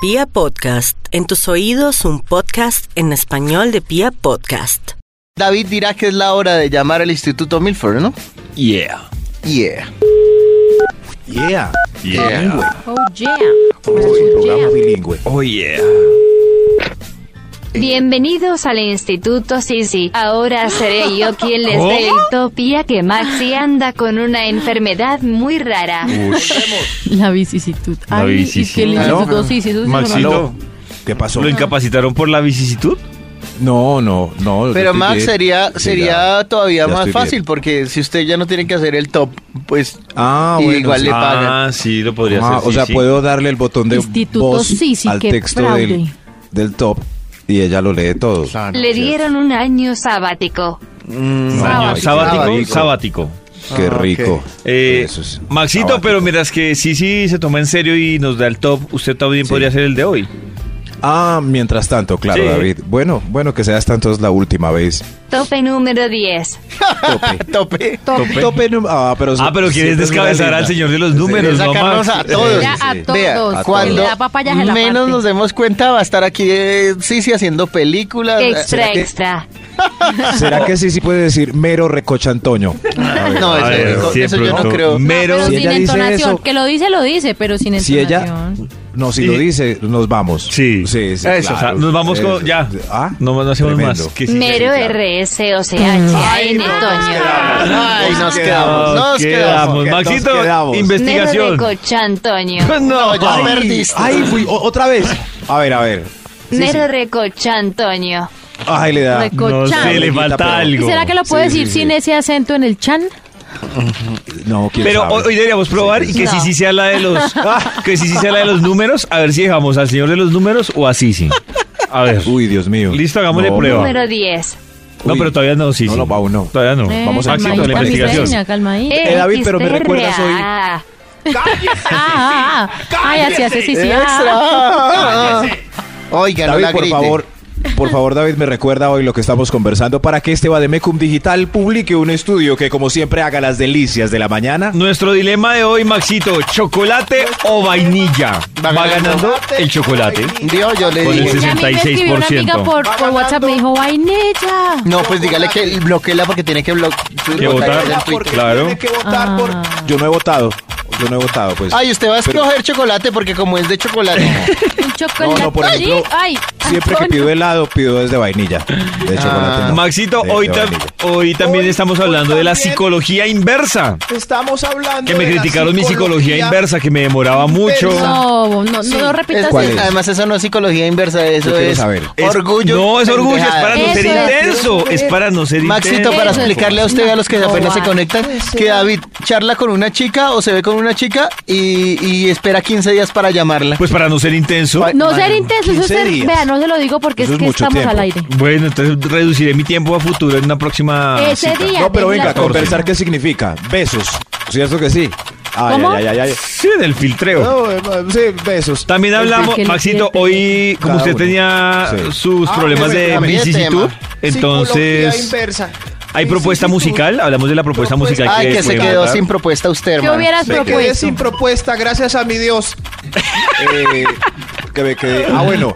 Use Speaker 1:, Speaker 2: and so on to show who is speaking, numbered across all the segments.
Speaker 1: Pia Podcast, en tus oídos un podcast en español de Pia Podcast.
Speaker 2: David dirá que es la hora de llamar al Instituto Milford, ¿no?
Speaker 3: Yeah.
Speaker 2: Yeah.
Speaker 3: Yeah.
Speaker 2: Yeah.
Speaker 3: Bilingüe.
Speaker 4: Oh, yeah.
Speaker 3: Hoy,
Speaker 4: Oh,
Speaker 3: programa
Speaker 4: yeah.
Speaker 3: bilingüe. Oh, yeah. Eh,
Speaker 5: Bienvenidos al Instituto Sisi. Ahora seré yo quien les dé el topia que Maxi anda con una enfermedad muy rara.
Speaker 4: La vicisitud.
Speaker 6: La
Speaker 4: Ay,
Speaker 6: vicisitud.
Speaker 4: Y que le
Speaker 3: ¿Aló?
Speaker 4: hizo dos sí, sí, eso sí
Speaker 6: Maxito.
Speaker 4: no
Speaker 3: Aló. ¿Qué pasó?
Speaker 6: ¿Lo incapacitaron por la vicisitud?
Speaker 3: No, no, no. yo
Speaker 2: Pero
Speaker 3: estoy
Speaker 2: Max
Speaker 3: bien.
Speaker 2: sería,
Speaker 3: Sí,
Speaker 2: sería
Speaker 3: ya.
Speaker 2: todavía
Speaker 3: ya
Speaker 2: más
Speaker 3: estoy bien.
Speaker 2: fácil porque si usted ya no tiene que hacer el top, pues
Speaker 3: Ah,
Speaker 2: Y
Speaker 3: bueno.
Speaker 2: igual
Speaker 3: sí.
Speaker 2: le pagan.
Speaker 6: Ah, sí, lo podría
Speaker 3: Ah,
Speaker 6: hacer. sí,
Speaker 3: o sea,
Speaker 6: sí.
Speaker 3: puedo darle el botón de
Speaker 4: Instituto
Speaker 3: voz
Speaker 4: Sisi,
Speaker 3: al
Speaker 4: qué
Speaker 3: texto
Speaker 4: fraude.
Speaker 3: del, del top y ella lo lee todo.
Speaker 5: Le dieron un año sabático.
Speaker 6: Un año
Speaker 3: Sábatico.
Speaker 6: Sabático.
Speaker 3: Sábatico.
Speaker 6: Sabático.
Speaker 3: Qué
Speaker 2: Ah, ok.
Speaker 3: rico.
Speaker 6: Eh,
Speaker 3: Eso es
Speaker 6: Maxito,
Speaker 3: sabático.
Speaker 6: pero mientras que sí, sí, se toma en serio y nos da el top, usted también
Speaker 3: Sí.
Speaker 6: podría hacer el de hoy.
Speaker 3: Ah, mientras tanto, claro,
Speaker 6: Sí.
Speaker 3: David. Bueno, bueno, que seas tanto es la última vez.
Speaker 5: Tope número 10.
Speaker 3: Tope.
Speaker 2: tope.
Speaker 3: Tope. número- Ah, pero,
Speaker 6: Ah, pero quieres
Speaker 3: siempre es una
Speaker 6: descabezar al
Speaker 3: linda.
Speaker 6: señor de los números,
Speaker 2: Quería
Speaker 6: ¿no,
Speaker 2: sacarnos
Speaker 6: Max?
Speaker 2: a todos.
Speaker 4: Ya a
Speaker 3: Sí.
Speaker 4: todos.
Speaker 2: Vea,
Speaker 3: a
Speaker 2: cuando
Speaker 4: Le da papayas en la
Speaker 2: menos
Speaker 4: parte.
Speaker 2: nos demos cuenta va a estar aquí eh, Sisi haciendo películas.
Speaker 5: Extra,
Speaker 3: ¿será que-
Speaker 5: extra.
Speaker 3: ¿Será que sí, sí puede decir mero recochantoño? A ver.
Speaker 2: No,
Speaker 6: A
Speaker 2: eso-
Speaker 6: ver,
Speaker 2: eso
Speaker 6: siempre
Speaker 2: yo no
Speaker 6: uno-
Speaker 2: creo.
Speaker 4: Pero
Speaker 6: Mero.
Speaker 3: si
Speaker 4: sin
Speaker 3: ella dice
Speaker 4: entonación.
Speaker 3: eso-
Speaker 4: que lo dice, lo dice, pero sin
Speaker 3: Si ella
Speaker 4: entonación.
Speaker 3: no, si
Speaker 6: Sí.
Speaker 3: lo dice, nos vamos.
Speaker 6: Sí.
Speaker 3: sí,
Speaker 6: Eso,
Speaker 3: sí,
Speaker 6: o sea,
Speaker 3: claro.
Speaker 6: nos vamos
Speaker 3: Eso,
Speaker 6: con. Ya.
Speaker 3: Ah,
Speaker 6: no, no hacemos
Speaker 3: tremendo.
Speaker 6: más. Que sí, sí,
Speaker 5: Mero
Speaker 6: sí, claro.
Speaker 5: R-S-O-C-H-A-N Toño.
Speaker 2: Ay, nos quedamos. Nos quedamos.
Speaker 6: Maxito,
Speaker 3: Nos quedamos.
Speaker 5: Mero de
Speaker 6: investigación.
Speaker 5: cocha Antonio.
Speaker 2: No, ya
Speaker 3: Ay,
Speaker 2: perdiste.
Speaker 3: Ay, fui o- otra vez. A ver, a ver.
Speaker 5: Mero de cocha Antonio.
Speaker 3: Ay, le da.
Speaker 6: No sé, le
Speaker 4: Recochando.
Speaker 3: Pero-
Speaker 6: falta
Speaker 4: ¿Y
Speaker 6: algo.
Speaker 4: será que lo puede
Speaker 3: Sí,
Speaker 4: decir
Speaker 3: sí, sí.
Speaker 4: sin ese acento en el chan?
Speaker 3: No, quién
Speaker 6: Pero
Speaker 3: sabe.
Speaker 6: hoy, hoy deberíamos probar y que
Speaker 5: No.
Speaker 6: si sí sea la de los ah, que si sí sea la de los números, a ver si dejamos al señor de los números o a Sisi. A ver.
Speaker 3: Uy, Dios mío.
Speaker 6: Listo, hagámosle
Speaker 3: No,
Speaker 6: prueba.
Speaker 5: Número 10.
Speaker 6: No,
Speaker 3: Uy.
Speaker 6: pero todavía no, Sisi.
Speaker 3: No, no, Pau, no.
Speaker 6: Todavía no.
Speaker 4: Eh,
Speaker 3: Vamos a
Speaker 4: calma
Speaker 6: Maxito,
Speaker 4: ahí,
Speaker 6: la
Speaker 4: calma ahí,
Speaker 6: investigación.
Speaker 4: reina, Calma ahí.
Speaker 3: Eh, David, pero me recuerdas hoy.
Speaker 5: XTRA.
Speaker 4: Ah, ah, ah. Ay, así hace sí, sí. ah.
Speaker 2: Extra. Oiga, no
Speaker 3: David,
Speaker 2: la
Speaker 3: por
Speaker 2: grite.
Speaker 3: favor. Por favor, David, me recuerda hoy lo que estamos conversando para que este Bademecum Digital publique un estudio que, como siempre, haga las delicias de la mañana.
Speaker 6: Nuestro dilema de hoy, Maxito, ¿chocolate o vainilla? Va ganando el chocolate.
Speaker 2: Dios, yo le
Speaker 6: Con el
Speaker 2: dije.
Speaker 4: Y a mí me escribió una amiga
Speaker 6: 66%.
Speaker 4: por, por WhatsApp, me dijo, vainilla.
Speaker 2: No, pues dígale que bloqueela porque tiene que bloquear.
Speaker 6: Que votar. Claro.
Speaker 4: votar por-
Speaker 3: Yo no he votado. Yo no he votado, pues.
Speaker 2: Ay, usted va a escoger chocolate porque como es de chocolate.
Speaker 4: Un chocolate.
Speaker 3: No, no, por ejemplo,
Speaker 4: Ay,
Speaker 3: Siempre que
Speaker 4: Antonio.
Speaker 3: pido helado, pido desde vainilla. De chocolate. no.
Speaker 6: Ah, Maxito,
Speaker 3: De-
Speaker 6: hoy,
Speaker 3: de
Speaker 6: tam-
Speaker 3: vainilla.
Speaker 6: hoy también
Speaker 3: Hoy-
Speaker 6: estamos
Speaker 3: hoy
Speaker 6: hablando de la
Speaker 3: también.
Speaker 6: psicología inversa.
Speaker 3: Estamos hablando.
Speaker 6: Que me criticaron mi psicología inversa, que me demoraba mucho.
Speaker 4: No, no, no, no repitas
Speaker 2: Es-
Speaker 3: ¿Cuál
Speaker 4: eso.
Speaker 3: es?
Speaker 2: Además, eso no es psicología inversa, eso
Speaker 3: quiero
Speaker 2: es
Speaker 3: saber.
Speaker 6: Es-
Speaker 2: orgullo.
Speaker 6: No, es orgullo, es para no
Speaker 4: Eso
Speaker 6: ser
Speaker 4: es.
Speaker 6: intenso. Es para no ser
Speaker 2: Maxito,
Speaker 6: intenso.
Speaker 2: para
Speaker 4: Eso es.
Speaker 2: explicarle a usted y a los que
Speaker 4: No,
Speaker 2: apenas se
Speaker 4: va.
Speaker 2: conectan, que David charla con una chica o se ve con una chica y, y espera 15 días para llamarla.
Speaker 6: Pues para no ser intenso.
Speaker 2: Pa-
Speaker 4: No
Speaker 2: Bueno,
Speaker 4: ser intenso, eso es
Speaker 3: 15
Speaker 4: ser-
Speaker 3: días.
Speaker 4: Vea, no se lo digo porque
Speaker 3: Eso
Speaker 4: es
Speaker 3: es
Speaker 4: que
Speaker 3: mucho
Speaker 4: estamos
Speaker 3: tiempo.
Speaker 4: al aire.
Speaker 6: Bueno, entonces reduciré mi tiempo a futuro en una próxima.
Speaker 4: Ese
Speaker 6: cita.
Speaker 4: día.
Speaker 3: Ah, No, pero
Speaker 4: de
Speaker 3: venga,
Speaker 4: las-
Speaker 3: conversar qué significa. Besos. ¿Cierto que sí? Ay,
Speaker 4: ¿Cómo?
Speaker 3: ay, ay, ay, ay.
Speaker 6: Sí, del filtreo.
Speaker 3: No, eh, sí, besos.
Speaker 6: También hablamos,
Speaker 4: que lo
Speaker 6: Maxito,
Speaker 4: siente.
Speaker 6: hoy como
Speaker 3: Cada
Speaker 6: usted
Speaker 3: uno.
Speaker 6: tenía
Speaker 3: Sí.
Speaker 6: sus problemas de
Speaker 2: también
Speaker 6: vicisitud,
Speaker 2: tema.
Speaker 6: entonces hay propuesta musical, hablamos de la propuesta musical
Speaker 2: Ay, que se
Speaker 6: fue
Speaker 2: quedó
Speaker 6: votar.
Speaker 2: sin propuesta usted,
Speaker 4: ¿Qué
Speaker 2: hermano.
Speaker 4: hubieras propuesto?
Speaker 7: propuesta, gracias a mi Dios.
Speaker 3: Eh, que me quedé. Ah, bueno.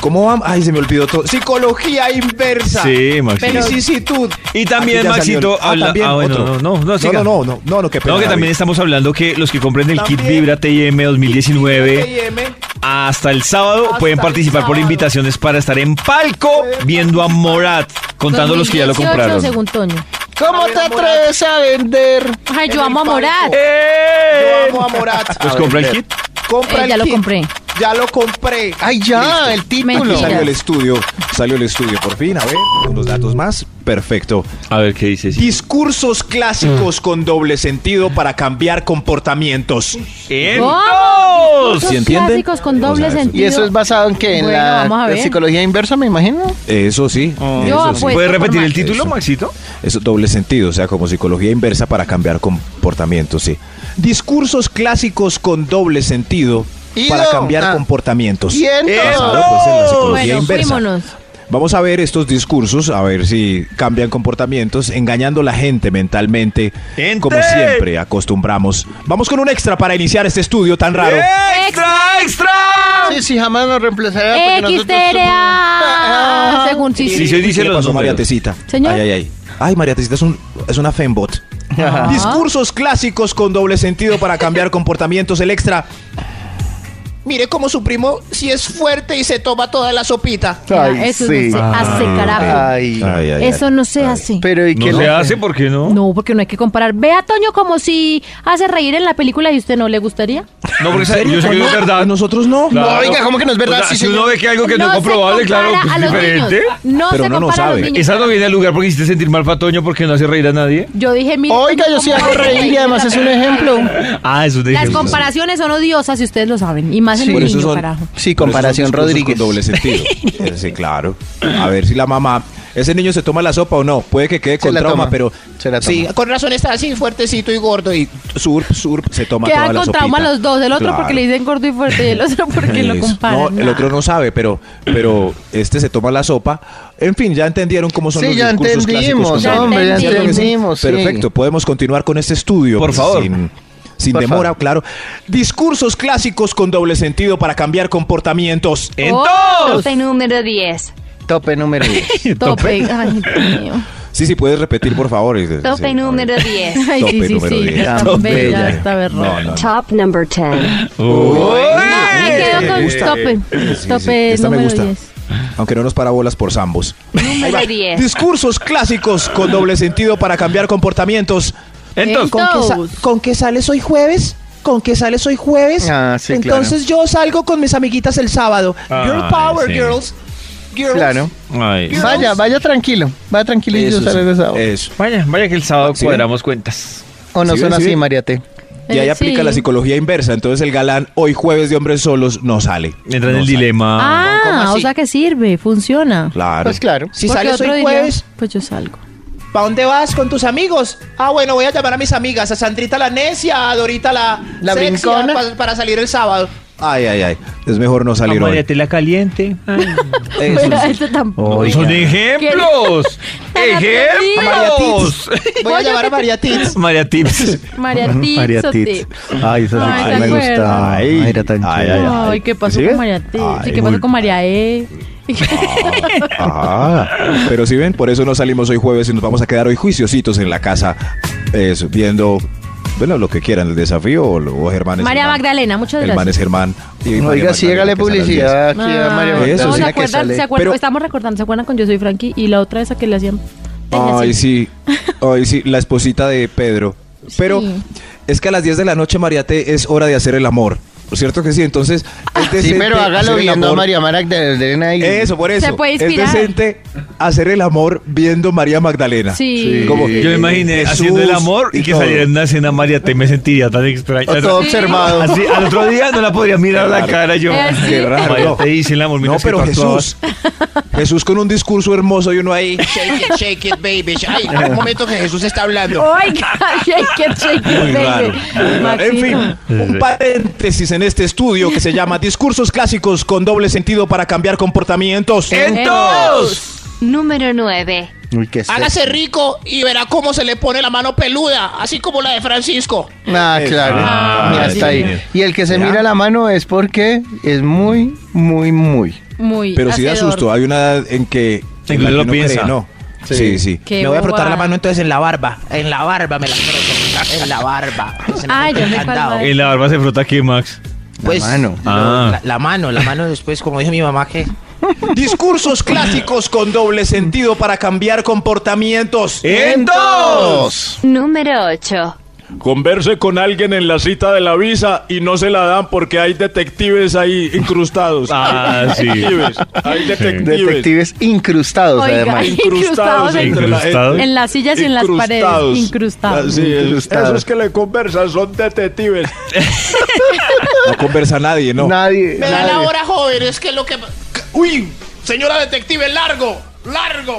Speaker 3: ¿Cómo vamos? Ay, se me olvidó todo. Sí,
Speaker 7: Psicología inversa.
Speaker 6: Sí, Maxito.
Speaker 7: Vicisitud.
Speaker 6: Y también,
Speaker 3: aquí ya salió
Speaker 6: Maxito,
Speaker 3: el- ah,
Speaker 6: habla-
Speaker 3: también
Speaker 6: ah, bueno,
Speaker 3: otro.
Speaker 6: no, no, no, siga.
Speaker 3: no, no, no, no, no, qué pena,
Speaker 6: No, que
Speaker 3: David.
Speaker 6: también estamos hablando que los que compren el kit
Speaker 7: También.
Speaker 6: Vibra TIM 2019
Speaker 7: TIM.
Speaker 6: hasta el sábado
Speaker 7: Hasta
Speaker 6: pueden
Speaker 7: el
Speaker 6: participar por
Speaker 7: sábado.
Speaker 6: invitaciones para estar en palco viendo a Morat, contando los que ya lo
Speaker 4: 2018,
Speaker 6: compraron.
Speaker 4: según Toño.
Speaker 2: ¿Cómo te atreves a vender?
Speaker 4: Ay, yo
Speaker 7: En
Speaker 4: amo a
Speaker 7: el
Speaker 4: Morat.
Speaker 7: palco.
Speaker 6: ¡Eh!
Speaker 7: Yo amo a Morat.
Speaker 6: Pues compra el kit.
Speaker 7: Compra
Speaker 4: Eh, ya
Speaker 7: el
Speaker 4: lo
Speaker 7: kit.
Speaker 4: compré.
Speaker 7: Ya lo compré.
Speaker 2: Ay, ya, el título.
Speaker 4: Mentira.
Speaker 3: Salió el estudio. Salió el estudio, por fin. A ver, unos datos más. Perfecto.
Speaker 6: A ver qué dice. sí.
Speaker 3: Discursos
Speaker 6: Mm.
Speaker 3: clásicos con doble sentido para cambiar comportamientos.
Speaker 6: ¡Eh!
Speaker 4: ¡Vamos!
Speaker 6: ¡Dos!
Speaker 4: Discursos
Speaker 3: ¿Sí entienden?
Speaker 4: clásicos con
Speaker 3: O
Speaker 4: doble
Speaker 3: sea, eso-
Speaker 4: sentido.
Speaker 2: Y eso es basado en que en
Speaker 4: Bueno,
Speaker 2: la,
Speaker 4: vamos a
Speaker 2: la
Speaker 4: ver.
Speaker 2: psicología inversa, me imagino.
Speaker 3: Eso sí.
Speaker 4: Yo pues,
Speaker 3: eso sí.
Speaker 4: apuesto.
Speaker 6: ¿Puedes repetir el
Speaker 4: Eso.
Speaker 6: título, Maxito?
Speaker 3: Es doble sentido, o sea, como psicología inversa para cambiar comportamientos, sí. Discursos clásicos con doble sentido
Speaker 2: Ido.
Speaker 3: para cambiar
Speaker 2: Ah.
Speaker 3: comportamientos.
Speaker 2: Y entonces-
Speaker 3: Basado, pues, en la psicología
Speaker 4: Bueno,
Speaker 3: inversa.
Speaker 4: fuímonos.
Speaker 3: Vamos a ver estos discursos, a ver si cambian comportamientos, engañando a la gente mentalmente,
Speaker 6: ¡Gente!
Speaker 3: como siempre acostumbramos. Vamos con un extra para iniciar este estudio tan raro.
Speaker 6: ¡Extra, extra!
Speaker 2: Sí, si jamás nos reemplazará. porque nosotros Ah,
Speaker 4: Xterea.
Speaker 2: somos-
Speaker 4: Según sí,
Speaker 6: Sí,
Speaker 4: sí.
Speaker 6: sí. dice
Speaker 3: ¿Qué le
Speaker 6: los
Speaker 3: pasó a María
Speaker 6: números?
Speaker 3: Tecita?
Speaker 4: Señor.
Speaker 3: Ay, ay, ay. Ay, María Tecita es, un, es una fembot.
Speaker 4: Ah.
Speaker 3: Discursos clásicos con doble sentido para cambiar comportamientos. El extra.
Speaker 7: Mire cómo su primo si es fuerte y se toma toda la sopita.
Speaker 2: Ay,
Speaker 4: Eso
Speaker 2: sí.
Speaker 4: no se hace, carajo.
Speaker 2: Ay.
Speaker 3: Ay, ay,
Speaker 4: Eso
Speaker 3: ay.
Speaker 4: no se hace.
Speaker 2: Pero ¿y qué
Speaker 6: No se
Speaker 2: le-
Speaker 6: hace, ¿por qué no?
Speaker 4: No, porque no hay que comparar. Ve a Toño como si hace reír en la película y usted no le gustaría.
Speaker 6: No, porque esa- yo sé que no es verdad.
Speaker 3: Nosotros no.
Speaker 6: Claro.
Speaker 2: oiga, ¿cómo que no es verdad?
Speaker 6: O sea,
Speaker 2: Sí,
Speaker 6: si uno
Speaker 2: señor.
Speaker 6: ve que algo que no,
Speaker 4: se
Speaker 6: es comprobable, claro,
Speaker 4: compara
Speaker 6: pues
Speaker 4: a
Speaker 6: es
Speaker 4: los
Speaker 6: diferente.
Speaker 4: niños. No
Speaker 3: Pero
Speaker 4: se
Speaker 3: uno no
Speaker 4: compara a los
Speaker 3: sabe.
Speaker 4: niños.
Speaker 6: Esa no viene al lugar porque hiciste sentir mal Fatoño porque no hace reír a nadie.
Speaker 4: Yo dije, mira.
Speaker 2: Oiga,
Speaker 4: Toño,
Speaker 2: yo sí
Speaker 4: cómo
Speaker 2: hago
Speaker 4: hace
Speaker 2: reír y además es un ejemplo.
Speaker 6: Ah, eso te
Speaker 4: Las
Speaker 6: dije.
Speaker 4: comparaciones son odiosas y ustedes lo saben. Y más en
Speaker 2: Sí.
Speaker 4: un
Speaker 2: Por
Speaker 4: niño,
Speaker 3: eso son-
Speaker 4: carajo.
Speaker 2: Sí,
Speaker 3: Pero
Speaker 2: comparación
Speaker 3: esos son
Speaker 2: Rodríguez.
Speaker 3: discursos Con doble sentido. Eh, sí, claro. A ver si la mamá. Ese niño se toma la sopa o no. Puede que quede
Speaker 2: Se
Speaker 3: con
Speaker 2: la
Speaker 3: trauma,
Speaker 2: toma.
Speaker 3: pero.
Speaker 2: Se la
Speaker 7: Sí,
Speaker 2: toma.
Speaker 7: con razón está así fuertecito y gordo y
Speaker 3: Surp, surp, se toma toda
Speaker 4: Quedan
Speaker 3: la
Speaker 4: con trauma
Speaker 3: sopita.
Speaker 4: los dos. El otro
Speaker 3: Claro.
Speaker 4: porque le dicen gordo y fuerte y el otro porque lo
Speaker 3: Eso.
Speaker 4: comparan.
Speaker 3: No, el otro no sabe, pero, pero este se toma la sopa. En fin, ya entendieron cómo son
Speaker 2: Sí,
Speaker 3: los
Speaker 2: ya
Speaker 3: discursos clásicos.
Speaker 2: entendimos,
Speaker 3: con-
Speaker 2: hombre, ya
Speaker 4: ¿Cierto que sí?
Speaker 2: entendimos. sí.
Speaker 3: Perfecto, podemos continuar con este estudio.
Speaker 6: Por favor.
Speaker 3: Sin, sin
Speaker 2: Por
Speaker 3: demora, claro. Discursos clásicos con doble sentido para cambiar comportamientos.
Speaker 4: ¡Entonces!
Speaker 5: Oh. Tope número 10.
Speaker 2: Tope número 10.
Speaker 4: Tope. Ay, Dios mío.
Speaker 3: Sí, sí, puedes repetir, por favor. Sí, sí,
Speaker 5: Tope
Speaker 3: a
Speaker 5: número
Speaker 3: ver.
Speaker 5: 10.
Speaker 4: Ay, sí,
Speaker 3: Tope
Speaker 4: sí,
Speaker 3: número
Speaker 4: sí.
Speaker 3: 10.
Speaker 4: Está
Speaker 3: Tope,
Speaker 4: bella
Speaker 3: ya.
Speaker 4: esta
Speaker 3: No,
Speaker 4: berroa.
Speaker 3: no, no.
Speaker 5: Top number 10.
Speaker 4: Me quedo con
Speaker 3: gusta.
Speaker 4: tope.
Speaker 3: Sí, sí,
Speaker 4: Tope
Speaker 3: esta me
Speaker 4: número
Speaker 3: gusta.
Speaker 4: 10.
Speaker 3: Aunque no nos parabolas por zambos.
Speaker 5: Número 10.
Speaker 3: Discursos clásicos con doble sentido para cambiar comportamientos.
Speaker 6: Entonces,
Speaker 7: ¿Con qué, sa- con qué sales hoy jueves? ¿Con qué sales hoy jueves?
Speaker 2: Ah, sí, claro.
Speaker 7: Entonces yo salgo con mis amiguitas el sábado.
Speaker 6: Ah,
Speaker 7: Girl power,
Speaker 6: sí.
Speaker 7: girls. Girls.
Speaker 2: Claro.
Speaker 6: Ay.
Speaker 2: Vaya, vaya tranquilo. Vaya tranquilo y yo
Speaker 3: sí,
Speaker 2: sale de esa-
Speaker 3: eso.
Speaker 6: Vaya, vaya que el sábado
Speaker 3: ¿Sí ven?
Speaker 6: cuadramos cuentas.
Speaker 2: O no
Speaker 3: ¿Sí
Speaker 2: son
Speaker 3: ven, sí
Speaker 2: así,
Speaker 3: ven?
Speaker 2: Mariate.
Speaker 3: Y ahí
Speaker 4: Eh,
Speaker 3: aplica
Speaker 4: sí.
Speaker 3: la psicología inversa. Entonces el galán hoy jueves de hombres solos no sale.
Speaker 6: Entra en
Speaker 3: No
Speaker 6: el
Speaker 3: sale.
Speaker 6: dilema.
Speaker 4: Ah, o sea que sirve, funciona.
Speaker 3: Claro.
Speaker 2: Pues claro.
Speaker 7: Si
Speaker 4: Porque
Speaker 7: sales
Speaker 4: otro
Speaker 7: hoy
Speaker 4: diría,
Speaker 7: jueves,
Speaker 4: Pues yo salgo.
Speaker 7: ¿para dónde vas con tus amigos? Ah, bueno, voy a llamar a mis amigas, a Sandrita la necia, a Dorita la,
Speaker 2: La
Speaker 7: sexy,
Speaker 2: brincona.
Speaker 7: pa- para salir el sábado.
Speaker 3: Ay, ay, ay. Es mejor no salir hoy.
Speaker 6: la caliente.
Speaker 3: Eso
Speaker 4: Pero
Speaker 3: sí.
Speaker 4: este tampoco.
Speaker 6: Son ejemplos.
Speaker 4: Tan atrevido.
Speaker 6: Ejemplos.
Speaker 7: Voy a
Speaker 4: Oye,
Speaker 7: llamar
Speaker 4: ¿qué
Speaker 7: a María Tits.
Speaker 6: María Tips.
Speaker 4: María Tiz.
Speaker 8: María
Speaker 4: o
Speaker 8: Tiz.
Speaker 4: Tiz.
Speaker 8: Ay, esa sí
Speaker 4: Ay,
Speaker 8: que
Speaker 4: ¿se
Speaker 8: me
Speaker 4: acuerdan?
Speaker 8: gusta. Ay,
Speaker 3: Ay,
Speaker 8: era tan
Speaker 3: ay,
Speaker 8: chévere.
Speaker 4: Ay, ¿qué pasó
Speaker 8: ¿Sí
Speaker 4: con
Speaker 8: ven?
Speaker 4: María Tiz? ¿Y
Speaker 3: Ay,
Speaker 4: qué pasó con María E?
Speaker 3: Ah, pero si ven, por eso no salimos hoy jueves y nos vamos a quedar hoy juiciositos en la casa, eso, viendo bueno, lo que quieran, el desafío o, lo- o Germán es
Speaker 4: María
Speaker 3: Germán.
Speaker 4: Magdalena, muchas
Speaker 3: El man
Speaker 4: gracias.
Speaker 3: es Germán. Y María
Speaker 2: Oiga, sí, hágale
Speaker 3: Magdalena, que sale a las
Speaker 2: publicidad aquí a
Speaker 4: Ah,
Speaker 2: María
Speaker 3: Eso,
Speaker 4: no, ¿se
Speaker 3: sí.
Speaker 2: Magdalena que
Speaker 4: acuerdan?
Speaker 2: sale.
Speaker 4: ¿Se acuerdan?
Speaker 3: Pero-
Speaker 4: Estamos recordando, ¿se acuerdan con Yo soy Frankie? Y la otra esa que le hacían.
Speaker 3: 10. Ay, sí. Ay, sí, la esposita de Pedro. Pero
Speaker 4: Sí.
Speaker 3: es que a las 10 de la noche, Mariate, es hora de hacer el amor. ¿Cierto que sí? Entonces, es
Speaker 2: Sí,
Speaker 3: decente
Speaker 2: pero hágalo
Speaker 3: hacer el
Speaker 2: viendo a
Speaker 3: amor.
Speaker 2: María Magdalena y...
Speaker 3: Eso, por eso.
Speaker 4: Se puede inspirar.
Speaker 3: Es decente hacer el amor viendo María Magdalena.
Speaker 4: Sí.
Speaker 3: Como-
Speaker 6: Yo me imaginé
Speaker 3: Jesús
Speaker 6: haciendo el amor y, que
Speaker 3: todo.
Speaker 6: saliera en una escena María T. Me sentiría tan extraño.
Speaker 2: O todo observado.
Speaker 6: Así, al otro día no la podría mirar a la
Speaker 3: Claro.
Speaker 6: cara yo.
Speaker 4: Eh, sí. Qué
Speaker 3: raro.
Speaker 6: María T. hice el amor.
Speaker 3: No,
Speaker 6: mientras que
Speaker 3: pero
Speaker 6: tú actuabas.
Speaker 3: Jesús. Jesús con un discurso hermoso y uno ahí.
Speaker 7: Shake it, shake it, baby. Ay, hay un momento que Jesús está hablando.
Speaker 4: Oiga, qué
Speaker 3: Muy raro. En fin, un
Speaker 6: Sí.
Speaker 3: paréntesis en este estudio que se llama Discursos clásicos con doble sentido para cambiar comportamientos.
Speaker 4: Eh,
Speaker 6: ¡Entos!
Speaker 5: Número 9.
Speaker 2: Uy, qué estrés.
Speaker 7: Hágase rico y verá cómo se le pone la mano peluda, así como la de Francisco.
Speaker 2: Ah, claro.
Speaker 6: Ah,
Speaker 2: Ya está
Speaker 6: sí.
Speaker 2: ahí. Y el que se mira la mano es porque es muy, muy, muy.
Speaker 4: Muy.
Speaker 3: Pero sí da
Speaker 4: hacedor.
Speaker 3: susto. ¿ah? Hay una edad en que.
Speaker 6: En que
Speaker 3: la
Speaker 6: uno lo
Speaker 3: uno
Speaker 6: piensa.
Speaker 3: cree, no. Sí, sí.
Speaker 4: Qué
Speaker 7: me voy a frotar la
Speaker 4: bobada.
Speaker 7: mano entonces en la barba. En la barba me la froto. En la barba. que se la
Speaker 4: Ay,
Speaker 7: meto
Speaker 4: ya
Speaker 7: el
Speaker 4: sé cuál
Speaker 7: candado.
Speaker 4: va.
Speaker 6: En la barba se frota aquí, Max.
Speaker 7: Pues,
Speaker 2: La mano.
Speaker 6: Ah.
Speaker 7: La, la mano, la mano después, como dijo mi mamá, que.
Speaker 3: Discursos clásicos con doble sentido para cambiar comportamientos.
Speaker 9: Eh,
Speaker 6: ¡Entos!
Speaker 5: Número 8.
Speaker 9: Converse con alguien en la cita de la visa y no se la dan porque hay detectives ahí incrustados.
Speaker 6: Ah, sí.
Speaker 9: Detectives, hay detectives.
Speaker 2: Detectives incrustados,
Speaker 4: Oiga,
Speaker 2: además.
Speaker 4: incrustados en,
Speaker 9: entre la
Speaker 6: Incrustados.
Speaker 9: gente.
Speaker 4: en las sillas y en las paredes.
Speaker 9: Incrustados.
Speaker 4: Ah, Incrustados.
Speaker 9: Así es.
Speaker 2: Incrustados.
Speaker 9: Esos que le conversan son detectives.
Speaker 3: No conversa nadie, ¿no?
Speaker 2: Nadie.
Speaker 7: Me da
Speaker 2: nadie.
Speaker 7: la hora, joven, es que lo que. ¡Uy! Señora detective, largo, largo.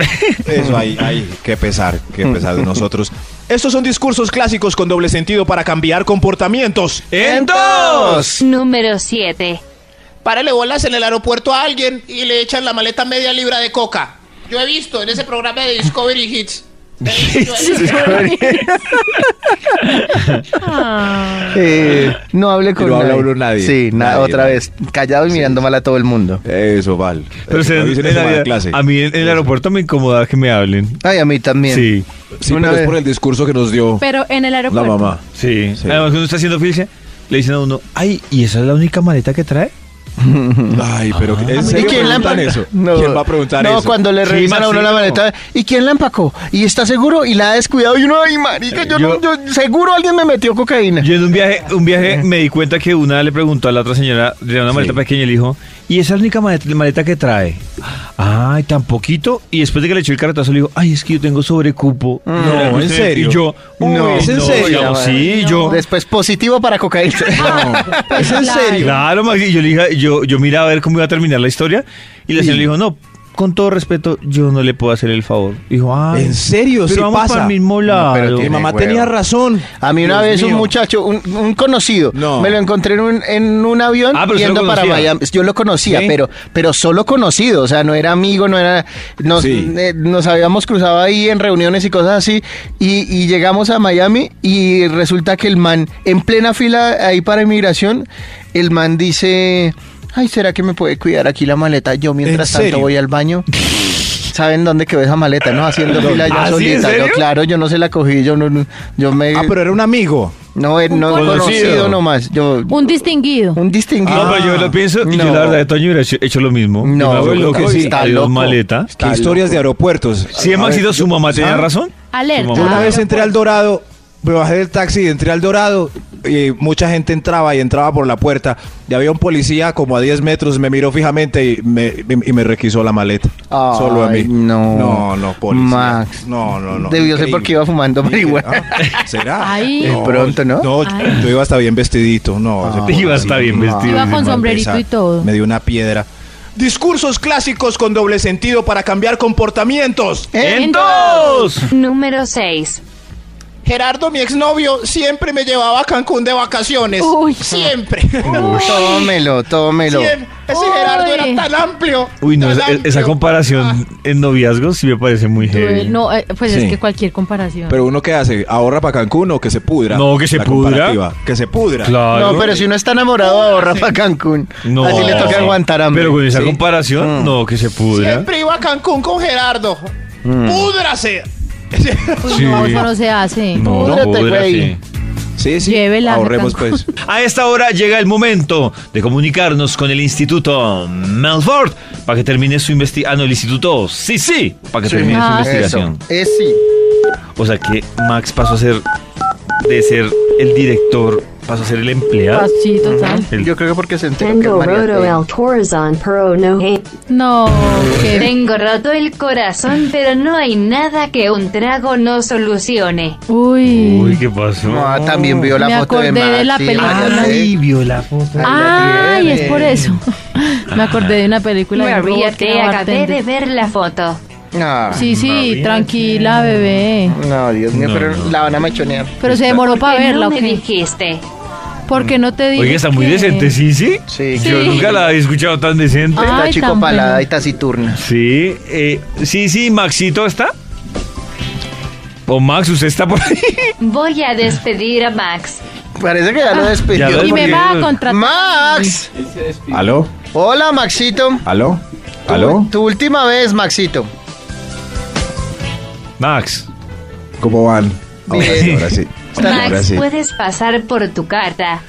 Speaker 3: Eso, ahí, ahí. Qué pesar, qué pesar de nosotros. Estos son discursos clásicos con doble sentido para cambiar comportamientos.
Speaker 6: ¡Entos!
Speaker 5: Número 7.
Speaker 7: Párale bolas en el aeropuerto a alguien y le echan la maleta media libra de coca. Yo he visto en ese programa de Discovery Hits.
Speaker 4: Ah.
Speaker 2: Eh, no hable con
Speaker 3: No
Speaker 2: nadie.
Speaker 3: habla uno nadie.
Speaker 2: Sí, na-
Speaker 3: Nadie,
Speaker 2: otra
Speaker 3: nadie.
Speaker 2: vez. Callado y mirando mal a todo el mundo.
Speaker 3: Eso, Val.
Speaker 6: Pero
Speaker 3: Eso,
Speaker 6: se-
Speaker 3: como dicen,
Speaker 6: en
Speaker 3: eso
Speaker 6: la
Speaker 3: va a
Speaker 6: vida-
Speaker 3: clase.
Speaker 6: A mí en el aeropuerto me incomoda que me hablen.
Speaker 2: Ay, a mí también.
Speaker 6: Sí,
Speaker 3: Sí,
Speaker 2: una
Speaker 3: pero es
Speaker 2: vez-
Speaker 3: por el discurso que nos dio
Speaker 4: Pero en el
Speaker 3: la
Speaker 4: aeropuerto.
Speaker 3: mamá.
Speaker 6: sí.
Speaker 3: Sí.
Speaker 6: Además, cuando uno está haciendo ficha, le dicen a uno, ay, ¿y esa es la única maleta que trae?
Speaker 3: Ay,
Speaker 6: Ah.
Speaker 3: pero ¿en
Speaker 2: ¿Y
Speaker 3: serio
Speaker 2: quién la
Speaker 3: preguntan
Speaker 2: empacó?
Speaker 3: eso?
Speaker 2: No.
Speaker 3: ¿Quién va a preguntar
Speaker 2: no,
Speaker 3: eso?
Speaker 2: cuando le
Speaker 6: Sí,
Speaker 2: revisan a uno la
Speaker 6: Maxito.
Speaker 2: maleta, ¿y quién la empacó? ¿Y está seguro? Y la ha descuidado. Y uno, ay, marica, yo, no-
Speaker 6: Yo-
Speaker 2: yo- seguro alguien me metió cocaína.
Speaker 6: Yo en un viaje, un viaje me di cuenta que una le preguntó a la otra señora, de una maleta pequeña, y le dijo, ¿y esa es la única maleta, maleta que trae? Ay, tan poquito. Y después de que le echó el carretazo, le dijo, ay, es que yo tengo sobrecupo.
Speaker 3: No, ¿en serio?
Speaker 6: Y yo,
Speaker 2: No,
Speaker 6: "Uy,
Speaker 2: ¿es en serio?
Speaker 6: digamos, sí,
Speaker 4: No.
Speaker 6: yo.
Speaker 2: Después positivo para cocaína.
Speaker 4: Pues claro.
Speaker 6: Claro, Max, y yo le dije, yo, yo miraba a ver cómo iba a terminar la historia, y la señora le dijo, no, con todo respeto, yo no le puedo hacer el favor. Dijo, ah,
Speaker 3: ¿En serio?
Speaker 6: Pero
Speaker 3: Sí
Speaker 6: vamos
Speaker 3: pasa.
Speaker 6: para el mismo
Speaker 2: No, pero
Speaker 6: lado.
Speaker 2: tiene-
Speaker 3: Mi mamá
Speaker 2: huevo.
Speaker 3: tenía razón.
Speaker 2: A mí una
Speaker 3: Dios
Speaker 2: vez un
Speaker 3: mío.
Speaker 2: muchacho, un, un conocido,
Speaker 3: No.
Speaker 2: me lo encontré en un, en un avión
Speaker 6: Ah, pero usted
Speaker 2: yendo
Speaker 6: lo
Speaker 2: para
Speaker 6: conocía.
Speaker 2: Miami. Yo lo conocía,
Speaker 6: ¿Sí?
Speaker 2: pero, pero solo conocido, o sea, no era amigo, no era... Nos,
Speaker 3: Sí.
Speaker 2: eh, nos habíamos cruzado ahí en reuniones y cosas así, y, y llegamos a Miami y resulta que el man, en plena fila ahí para inmigración, el man dice, ay, ¿será que me puede cuidar aquí la maleta? Yo mientras tanto
Speaker 3: serio?
Speaker 2: voy al baño. ¿Saben dónde quedó esa maleta? No, haciendo fila yo
Speaker 6: ¿Ah, sí? ¿En
Speaker 2: solita. Yo,
Speaker 6: serio?
Speaker 2: claro, yo no se la cogí, yo no, no- yo me...
Speaker 3: Ah, pero era un amigo.
Speaker 2: No, eh,
Speaker 4: Un
Speaker 2: no
Speaker 4: conocido.
Speaker 2: conocido nomás. Yo, un,
Speaker 4: Un distinguido.
Speaker 2: distinguido.
Speaker 6: No, pero yo lo pienso y yo
Speaker 2: Ah. No.
Speaker 6: la verdad de Toño hubiera hecho, hecho lo mismo.
Speaker 2: No,
Speaker 6: yo
Speaker 2: yo creo
Speaker 6: lo que
Speaker 2: que
Speaker 6: sí,
Speaker 2: está
Speaker 6: adiós
Speaker 2: loco.
Speaker 6: maleta.
Speaker 3: ¿Qué historias de aeropuertos?
Speaker 6: Si es
Speaker 3: A ver,
Speaker 6: Maxito, su mamá
Speaker 3: yo-
Speaker 6: tenía
Speaker 3: ¿Ah?
Speaker 6: razón.
Speaker 4: Alerta. Ah,
Speaker 6: Su
Speaker 3: Yo
Speaker 6: mamá.
Speaker 3: una vez entré al Dorado, me bajé del taxi y entré al Dorado. Y mucha gente entraba y entraba por la puerta. Y había un policía como a 10 metros, me miró fijamente y me, y me requisó la maleta.
Speaker 2: Ay,
Speaker 3: Solo a mí.
Speaker 2: no.
Speaker 3: no, no, policía.
Speaker 2: Max.
Speaker 3: No, no, no.
Speaker 2: Debió ser porque iba fumando
Speaker 3: Increíble.
Speaker 2: marihuana.
Speaker 3: Ah, ¿Será?
Speaker 4: Ay.
Speaker 2: De pronto, ¿no? Ah.
Speaker 3: No,
Speaker 4: Ay.
Speaker 3: yo iba hasta bien vestidito. No, ese pobre
Speaker 6: Iba hasta bien
Speaker 3: no.
Speaker 6: vestido.
Speaker 4: Iba
Speaker 6: ese
Speaker 4: con
Speaker 6: man.
Speaker 4: sombrerito
Speaker 3: Esa-
Speaker 4: y todo.
Speaker 3: Me dio una piedra.
Speaker 7: Discursos clásicos con doble sentido para cambiar comportamientos.
Speaker 6: ¡En dos!
Speaker 5: Número 6.
Speaker 7: Gerardo, mi exnovio, siempre me llevaba a Cancún de vacaciones.
Speaker 4: Uy.
Speaker 7: Siempre.
Speaker 2: Ah, Tómelo, tómelo.
Speaker 7: Siempre. Ese Gerardo
Speaker 4: Uy.
Speaker 7: era tan amplio.
Speaker 6: Uy, no,
Speaker 7: tan
Speaker 6: esa,
Speaker 7: amplio.
Speaker 6: esa comparación en noviazgo sí me parece muy heavy.
Speaker 4: No, eh, pues
Speaker 3: Sí.
Speaker 4: es que cualquier comparación.
Speaker 3: Pero uno, ¿qué hace? ¿Ahorra para Cancún o que se pudra?
Speaker 6: No, que se
Speaker 3: La
Speaker 6: pudra.
Speaker 3: comparativa. Que se pudra.
Speaker 6: Claro.
Speaker 2: No, pero si uno está enamorado, ahorra para Cancún.
Speaker 6: No.
Speaker 2: Así le toca aguantar hambre.
Speaker 6: Pero con esa
Speaker 2: Sí.
Speaker 6: comparación, no, que se pudra.
Speaker 7: Siempre iba a Cancún con Gerardo.
Speaker 6: Mm.
Speaker 2: Mm.
Speaker 7: ¡Púdrase!
Speaker 4: Pues
Speaker 6: Sí.
Speaker 4: no, eso no se hace.
Speaker 6: No,
Speaker 2: Púdrate,
Speaker 6: pudra,
Speaker 2: güey.
Speaker 6: sí.
Speaker 3: Sí, sí.
Speaker 4: Llévela a
Speaker 3: Ahorremos,
Speaker 4: Cancún.
Speaker 3: pues.
Speaker 6: A esta hora llega el momento de comunicarnos con el Instituto Melford para que termine su investigación. Ah, no, el Instituto sí, sí, para que termine su
Speaker 4: Ah,
Speaker 6: investigación.
Speaker 2: Eso. Es sí.
Speaker 6: O sea que Max pasó a ser de ser el director, pasó a ser el empleado.
Speaker 4: Ah, sí, total.
Speaker 6: El-
Speaker 2: Yo creo que porque se enteró que es
Speaker 8: Endo Roto
Speaker 2: María.
Speaker 8: El Torazon Pro No Hate.
Speaker 4: No, que...
Speaker 5: Tengo roto el corazón, pero no hay nada que un trago no solucione.
Speaker 4: Uy.
Speaker 6: Uy, ¿qué pasó?
Speaker 2: No, también vio la
Speaker 4: Me
Speaker 2: foto de Ah,
Speaker 4: acordé
Speaker 2: Maxi.
Speaker 4: de la película.
Speaker 2: María José. la
Speaker 4: Ay,
Speaker 2: tiene.
Speaker 4: es por eso. Me acordé de una película de un
Speaker 5: María,
Speaker 4: robot que
Speaker 5: te
Speaker 4: era
Speaker 5: acabé de
Speaker 4: bartender.
Speaker 5: ver la foto.
Speaker 2: Ah,
Speaker 4: Sí, sí, tranquila, bebé.
Speaker 2: No, Dios mío, pero la van a machonear.
Speaker 4: Pero se demoró para
Speaker 5: Que
Speaker 4: verla,
Speaker 5: no
Speaker 4: ¿o
Speaker 5: me
Speaker 4: qué?
Speaker 5: dijiste.
Speaker 4: ¿Por qué no te dije?
Speaker 6: Oiga, está muy
Speaker 4: que-
Speaker 6: decente, sí, sí.
Speaker 2: Sí.
Speaker 6: Yo
Speaker 4: Sí.
Speaker 6: nunca la había escuchado tan decente.
Speaker 4: Ah.
Speaker 2: Está
Speaker 4: Ay,
Speaker 2: chico
Speaker 4: tan
Speaker 2: palada
Speaker 4: bueno.
Speaker 2: y taciturna.
Speaker 6: Sí, eh, sí, sí, Maxito está. O Max, usted está por ahí.
Speaker 5: Voy a despedir a Max.
Speaker 2: Parece que ya lo
Speaker 6: ya lo
Speaker 2: despidió.
Speaker 4: Ah, Y me va a
Speaker 6: Porque-
Speaker 4: contratar.
Speaker 2: ¡Max!
Speaker 3: ¿Aló?
Speaker 2: Hola, Maxito.
Speaker 3: ¿Aló?
Speaker 2: Tu-
Speaker 3: ¿Aló?
Speaker 2: Tu, última vez, Maxito.
Speaker 6: Max.
Speaker 3: ¿Cómo van? Ahora
Speaker 2: Bien.
Speaker 3: sí, ahora sí. Ahora
Speaker 5: Max, pues.
Speaker 3: sí.
Speaker 5: puedes pasar por tu carta.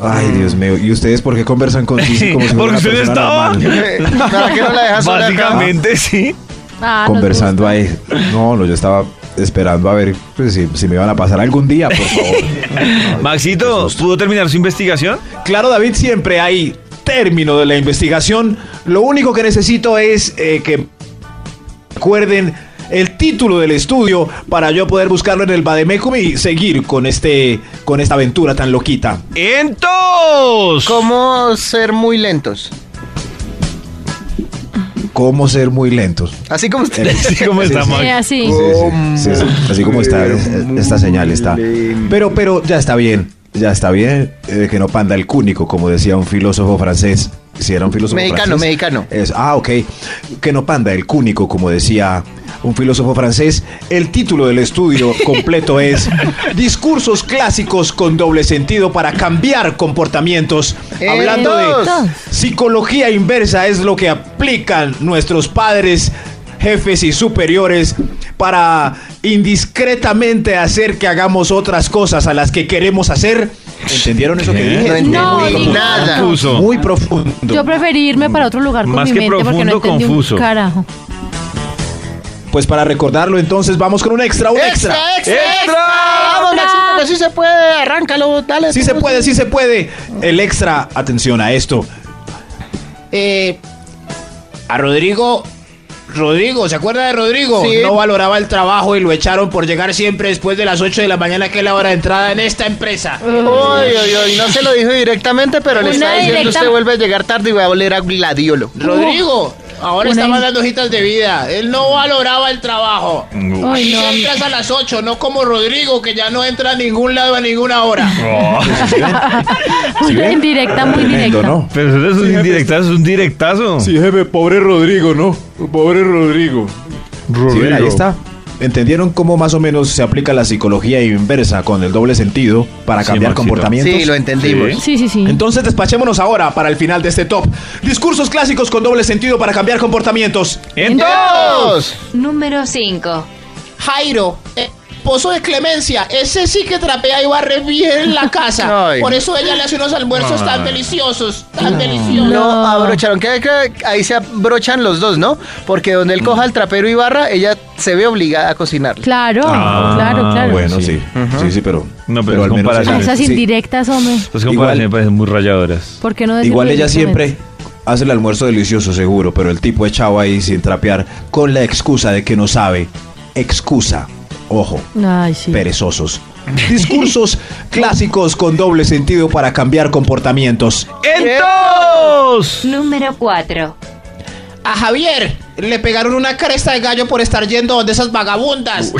Speaker 3: Ay, Dios mío. ¿Y ustedes por qué conversan con Sisi como si fuera
Speaker 6: Porque
Speaker 3: una
Speaker 6: usted estaba.
Speaker 3: persona
Speaker 6: Ah,
Speaker 3: normal?
Speaker 2: ¿Para qué no la dejas sola acá?
Speaker 6: Básicamente, sí.
Speaker 4: Ah, nos
Speaker 3: Conversando ahí. No, no, yo estaba esperando a ver pues, si, si me iban a pasar algún día, por favor.
Speaker 6: Maxito, ¿pudo terminar su investigación?
Speaker 7: Claro, David, siempre hay término de la investigación. Lo único que necesito es eh, que recuerden el título del estudio para yo poder buscarlo en el Bademecum y seguir con, este, con esta aventura tan loquita.
Speaker 6: ¡Entos!
Speaker 2: ¿Cómo ser muy lentos?
Speaker 3: ¿Cómo ser muy lentos?
Speaker 2: Así como
Speaker 3: Eh,
Speaker 2: ustedes.
Speaker 6: Sí, ¿Cómo está,
Speaker 4: Sí,
Speaker 6: Max?
Speaker 4: así.
Speaker 3: Sí, sí, sí, sí, sí. Así como está es- esta señal, está. Pero, pero ya está bien. Ya está bien eh, que no panda el cúnico, como decía un filósofo francés. Si era un filósofo
Speaker 2: Mexicano,
Speaker 3: francés.
Speaker 2: mexicano.
Speaker 3: Es- ah, ok. Que no panda, el cúnico, como decía un filósofo francés. El título del estudio completo es Discursos clásicos con doble sentido para cambiar comportamientos. Hablando de
Speaker 2: Entonces.
Speaker 3: psicología inversa es lo que aplican nuestros padres, jefes y superiores para indiscretamente hacer que hagamos otras cosas a las que queremos hacer. ¿Entendieron eso que dije?
Speaker 2: No
Speaker 4: No,
Speaker 2: entendí
Speaker 4: ni
Speaker 2: nada.
Speaker 4: nada.
Speaker 6: Confuso.
Speaker 3: Muy profundo.
Speaker 4: Yo preferí irme para otro lugar con
Speaker 6: Más
Speaker 4: mi
Speaker 6: que
Speaker 4: mente porque no
Speaker 6: profundo,
Speaker 4: entendí
Speaker 6: confuso.
Speaker 4: un carajo.
Speaker 3: Pues para recordarlo, entonces vamos con un extra, un extra.
Speaker 2: ¡Extra, extra! ¡Vamos, Maxito, que sí se puede! ¡Arráncalo, dale!
Speaker 3: Sí se puede, sí se puede. El extra, atención a esto. Eh, a Rodrigo. Rodrigo, ¿se acuerda de Rodrigo?
Speaker 2: Sí.
Speaker 3: No valoraba el trabajo y lo echaron por llegar siempre después de las 8 de la mañana, que es la hora de entrada en esta empresa.
Speaker 2: Uy, uy, uy, no se lo dijo directamente, pero le
Speaker 4: Una
Speaker 2: está diciendo
Speaker 4: directa-
Speaker 2: usted vuelve a llegar tarde y va a oler a gladiolo.
Speaker 3: Rodrigo, ahora
Speaker 4: Una-
Speaker 3: estaba dando hojitas de vida. Él no valoraba el trabajo.
Speaker 4: Ay, no,
Speaker 3: Siempre es a las 8, no como Rodrigo, que ya no entra a ningún lado a ninguna hora.
Speaker 4: una indirecta, muy directa.
Speaker 6: Pero eso es un indirectazo, es un directazo.
Speaker 10: Sí, jefe, pobre Rodrigo, ¿no? Pobre Rodrigo.
Speaker 3: Sí, ven, ahí está. ¿Entendieron cómo más o menos se aplica la psicología inversa con el doble sentido para
Speaker 6: Sí,
Speaker 3: cambiar
Speaker 6: Maxito.
Speaker 3: comportamientos?
Speaker 2: Sí, lo entendimos.
Speaker 4: Sí, sí, sí.
Speaker 3: Entonces despachémonos ahora para el final de este top. Discursos clásicos con doble sentido para cambiar comportamientos.
Speaker 2: ¡Dos!
Speaker 5: Número 5.
Speaker 3: Jairo, esposo de Clemencia, ese sí que trapea y barre bien la casa.
Speaker 2: Ay. Por
Speaker 3: eso ella le hace unos almuerzos tan deliciosos, tan deliciosos.
Speaker 2: No abrocharon, que que ahí se abrochan los dos, ¿no? Porque donde
Speaker 3: Mm.
Speaker 2: él coja el trapero y barra, ella se ve obligada a cocinarle.
Speaker 4: Claro,
Speaker 6: Ah,
Speaker 4: claro, claro.
Speaker 3: Bueno, sí. Sí, sí, pero.
Speaker 6: No, pero es
Speaker 3: al menos
Speaker 6: comparación.
Speaker 4: Ah,
Speaker 3: ella-
Speaker 4: Esas
Speaker 3: sí.
Speaker 4: indirectas, hombre.
Speaker 6: Las
Speaker 3: Igual-
Speaker 6: comparaciones me parecen muy rayadoras.
Speaker 4: ¿Por qué no decirlo
Speaker 3: Igual ella
Speaker 4: directamente?
Speaker 3: siempre hace el almuerzo delicioso, seguro, pero el tipo echado ahí sin trapear con la excusa de que no sabe. Excusa. Ojo,
Speaker 4: Ay, sí.
Speaker 3: perezosos. Discursos clásicos con doble sentido para cambiar comportamientos.
Speaker 6: ¡Entonces!
Speaker 5: Número 4.
Speaker 3: A Javier le pegaron una cresta de gallo por estar yendo donde esas vagabundas.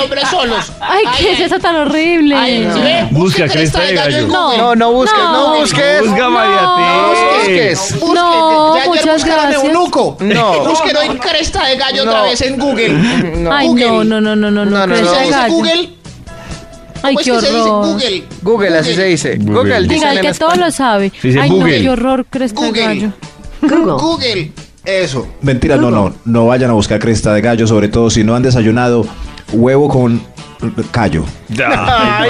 Speaker 3: hombres solos.
Speaker 4: Ay, ¿qué es eso tan horrible?
Speaker 6: Busca cresta de gallo.
Speaker 4: No,
Speaker 2: No, no busques, no,
Speaker 4: No.
Speaker 2: busques.
Speaker 6: Busca
Speaker 4: No.
Speaker 6: María T.
Speaker 2: Busques.
Speaker 4: No, muchas gracias.
Speaker 2: No.
Speaker 3: Búsquelo en cresta de gallo
Speaker 2: No.
Speaker 3: otra vez en Google.
Speaker 2: No.
Speaker 4: Ay, no, no, no, no,
Speaker 2: No, no,
Speaker 4: no,
Speaker 2: no.
Speaker 4: no.
Speaker 2: Pues
Speaker 4: cresta de
Speaker 2: Dice
Speaker 4: gallo.
Speaker 3: Google.
Speaker 4: Ay, qué horror.
Speaker 2: Google, así se dice. Google, dicen
Speaker 4: Diga, el
Speaker 2: en
Speaker 4: que todo
Speaker 2: español.
Speaker 4: lo sabe.
Speaker 6: Sí, sí,
Speaker 4: Ay, no,
Speaker 6: Google.
Speaker 4: qué horror, cresta de
Speaker 3: Google.
Speaker 4: gallo.
Speaker 7: Google.
Speaker 3: Google. Eso. Mentira, no, no. No vayan a buscar cresta de gallo, sobre todo si no han desayunado huevo con callo.
Speaker 2: Ay,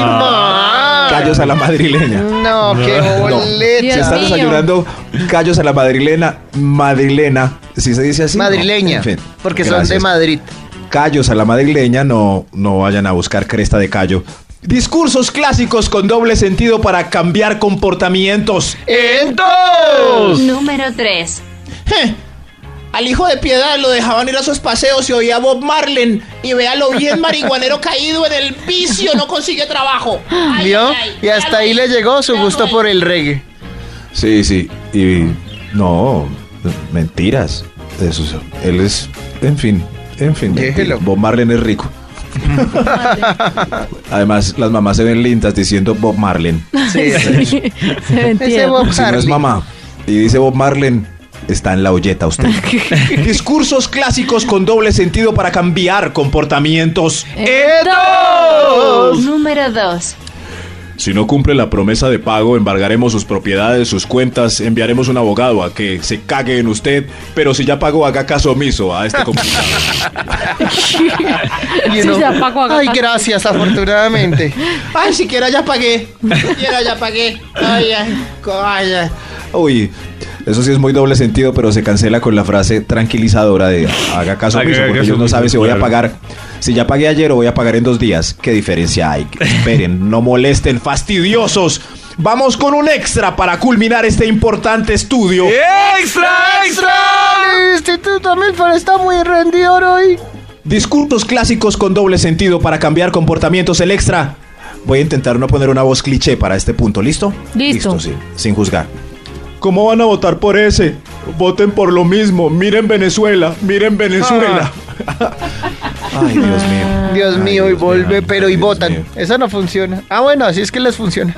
Speaker 6: Ah.
Speaker 2: ma.
Speaker 3: Callos a la madrileña.
Speaker 2: No, qué
Speaker 3: Si
Speaker 2: boleta.
Speaker 4: Dios
Speaker 3: están
Speaker 4: mío.
Speaker 3: desayunando callos a la madrilena, madrilena, si se dice así. ¿no?
Speaker 2: Madrileña,
Speaker 3: En fin,
Speaker 2: porque son de
Speaker 3: gracias.
Speaker 2: Madrid.
Speaker 3: Callos a la madrileña, no, no vayan a buscar cresta de callo. Discursos clásicos con doble sentido para cambiar comportamientos.
Speaker 5: Número 3.
Speaker 3: Al hijo de piedad lo dejaban ir a sus paseos y oía a Bob Marlen. Y véalo bien marihuanero caído en el vicio, no consigue trabajo.
Speaker 2: ¿Vio? Y hasta ahí le llegó su gusto por el reggae.
Speaker 3: Sí, sí. Y no, mentiras. Eso, es- él es, en fin, en fin.
Speaker 2: Déjelo.
Speaker 3: Bob Marlen es rico. Además, las mamás se ven lindas diciendo Bob Marlen.
Speaker 2: Sí,
Speaker 4: Se me
Speaker 2: ese
Speaker 4: entiende.
Speaker 2: Bob
Speaker 3: Si no es
Speaker 2: Marley.
Speaker 3: mamá y dice Bob Marlen, está en la olleta usted. Discursos clásicos con doble sentido para cambiar comportamientos.
Speaker 2: ¡Eh,
Speaker 5: Número 2.
Speaker 3: Si no cumple la promesa de pago, embargaremos sus propiedades, sus cuentas, enviaremos un abogado a que se cague en usted, pero si ya pagó, haga caso omiso a este complicado.
Speaker 2: Y
Speaker 4: Sí,
Speaker 2: uno,
Speaker 4: se apagó, haga
Speaker 2: Ay,
Speaker 4: caso".
Speaker 2: gracias, afortunadamente.
Speaker 3: Ay, siquiera ya pagué. Siquiera ya pagué. Ay, ay, ay, ay. Uy, eso sí es muy doble sentido, pero se cancela con la frase tranquilizadora de haga caso
Speaker 6: Haga
Speaker 3: omiso, porque
Speaker 6: caso
Speaker 3: ellos no
Speaker 6: omiso,
Speaker 3: saben si voy a
Speaker 6: claro.
Speaker 3: pagar. Si ya pagué ayer o voy a pagar en dos días. ¿Qué diferencia hay? Esperen, no molesten, fastidiosos. Vamos con un extra para culminar este importante estudio.
Speaker 6: ¡Extra, extra!
Speaker 2: El Instituto Milford está muy rendidor hoy.
Speaker 3: Discursos clásicos con doble sentido para cambiar comportamientos el extra. Voy a intentar no poner una voz cliché para este punto, ¿listo?
Speaker 4: Listo.
Speaker 3: sí, sin juzgar.
Speaker 10: ¿Cómo van a votar por ese? Voten por lo mismo. Miren Venezuela, miren Venezuela.
Speaker 3: Ay, Dios mío.
Speaker 2: Dios
Speaker 3: Ay,
Speaker 2: mío, y
Speaker 3: Dios
Speaker 2: vuelve,
Speaker 3: mío,
Speaker 2: pero y
Speaker 3: Dios
Speaker 2: votan.
Speaker 3: mío.
Speaker 2: Eso no funciona. Ah, bueno, así es que les funciona.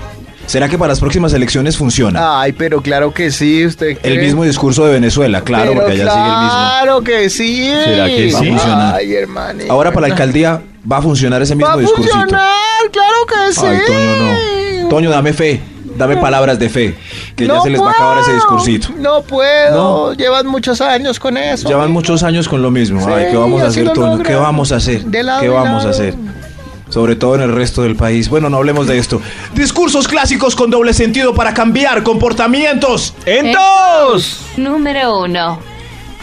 Speaker 3: ¿Será que para las próximas elecciones funciona?
Speaker 2: Ay, pero claro que Ah, sí, usted cree.
Speaker 3: El mismo discurso de Venezuela, claro,
Speaker 2: Pero
Speaker 3: porque allá sigue el mismo.
Speaker 2: Claro que sí.
Speaker 3: ¿Será que sí?
Speaker 2: Ay, hermanito.
Speaker 3: Ahora para la alcaldía va a funcionar ese mismo
Speaker 2: Va a
Speaker 3: discursito.
Speaker 2: funcionar, claro que sí.
Speaker 3: Ay, Toño, no. Toño, dame fe. Dame palabras de fe. Que
Speaker 2: No
Speaker 3: ya se les va a acabar ese
Speaker 2: puedo,
Speaker 3: discursito.
Speaker 2: No puedo.
Speaker 3: No.
Speaker 2: Llevan muchos años con eso.
Speaker 3: Llevan muchos años con lo mismo.
Speaker 2: Sí,
Speaker 3: Ay, ¿qué vamos a
Speaker 2: así
Speaker 3: hacer,
Speaker 2: lo
Speaker 3: Toño?
Speaker 2: logran.
Speaker 3: ¿Qué vamos a hacer?
Speaker 2: De lado,
Speaker 3: ¿Qué
Speaker 2: de
Speaker 3: vamos a
Speaker 2: lado.
Speaker 3: hacer? Sobre todo en el resto del país. Bueno, no hablemos de esto. Discursos clásicos con doble sentido para cambiar comportamientos.
Speaker 6: ¡Entos!
Speaker 5: Número 1.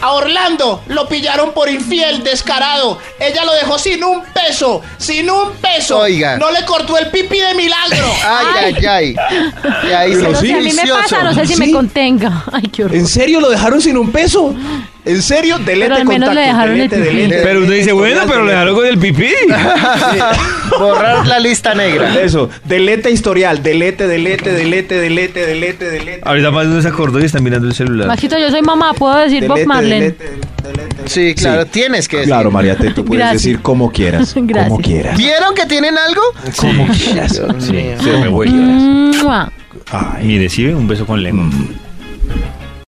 Speaker 7: A Orlando lo pillaron por infiel, descarado. Ella lo dejó sin un peso, sin un peso.
Speaker 2: Oiga.
Speaker 7: No le cortó el pipi de milagro.
Speaker 2: Ay, ay, ay. Y ahí
Speaker 3: Pero
Speaker 2: se-
Speaker 3: sí.
Speaker 4: si a mí me pasa, no sé si
Speaker 3: Sí.
Speaker 4: me contenga. Ay, qué horror.
Speaker 3: ¿En serio lo dejaron sin un peso? ¿En serio? Delete
Speaker 4: Pero al menos
Speaker 3: contactos,
Speaker 4: le dejaron el
Speaker 3: delete,
Speaker 4: pipí.
Speaker 2: Eh,
Speaker 3: delete,
Speaker 6: Pero usted
Speaker 3: delete,
Speaker 6: dice, bueno,
Speaker 3: historial,
Speaker 6: pero le
Speaker 3: delete.
Speaker 6: dejaron con el pipí.
Speaker 2: Borrar la lista negra.
Speaker 3: Eso, delete historial, delete, delete, delete, delete, delete, delete.
Speaker 6: Ahorita más de uno se acordó y está mirando el celular.
Speaker 4: Maxito, yo soy mamá, puedo decir Bob
Speaker 3: Delete,
Speaker 4: Marlene.
Speaker 3: delete, delete.
Speaker 2: Sí, claro, tienes que decir.
Speaker 3: Claro, María, te- tú puedes
Speaker 4: Gracias.
Speaker 3: decir como quieras. Como
Speaker 4: Gracias.
Speaker 3: quieras.
Speaker 2: ¿Vieron que tienen algo?
Speaker 3: Como quieras.
Speaker 6: Sí, se me voy.
Speaker 4: Mua.
Speaker 6: Mire, sí, ve? un beso con lengua.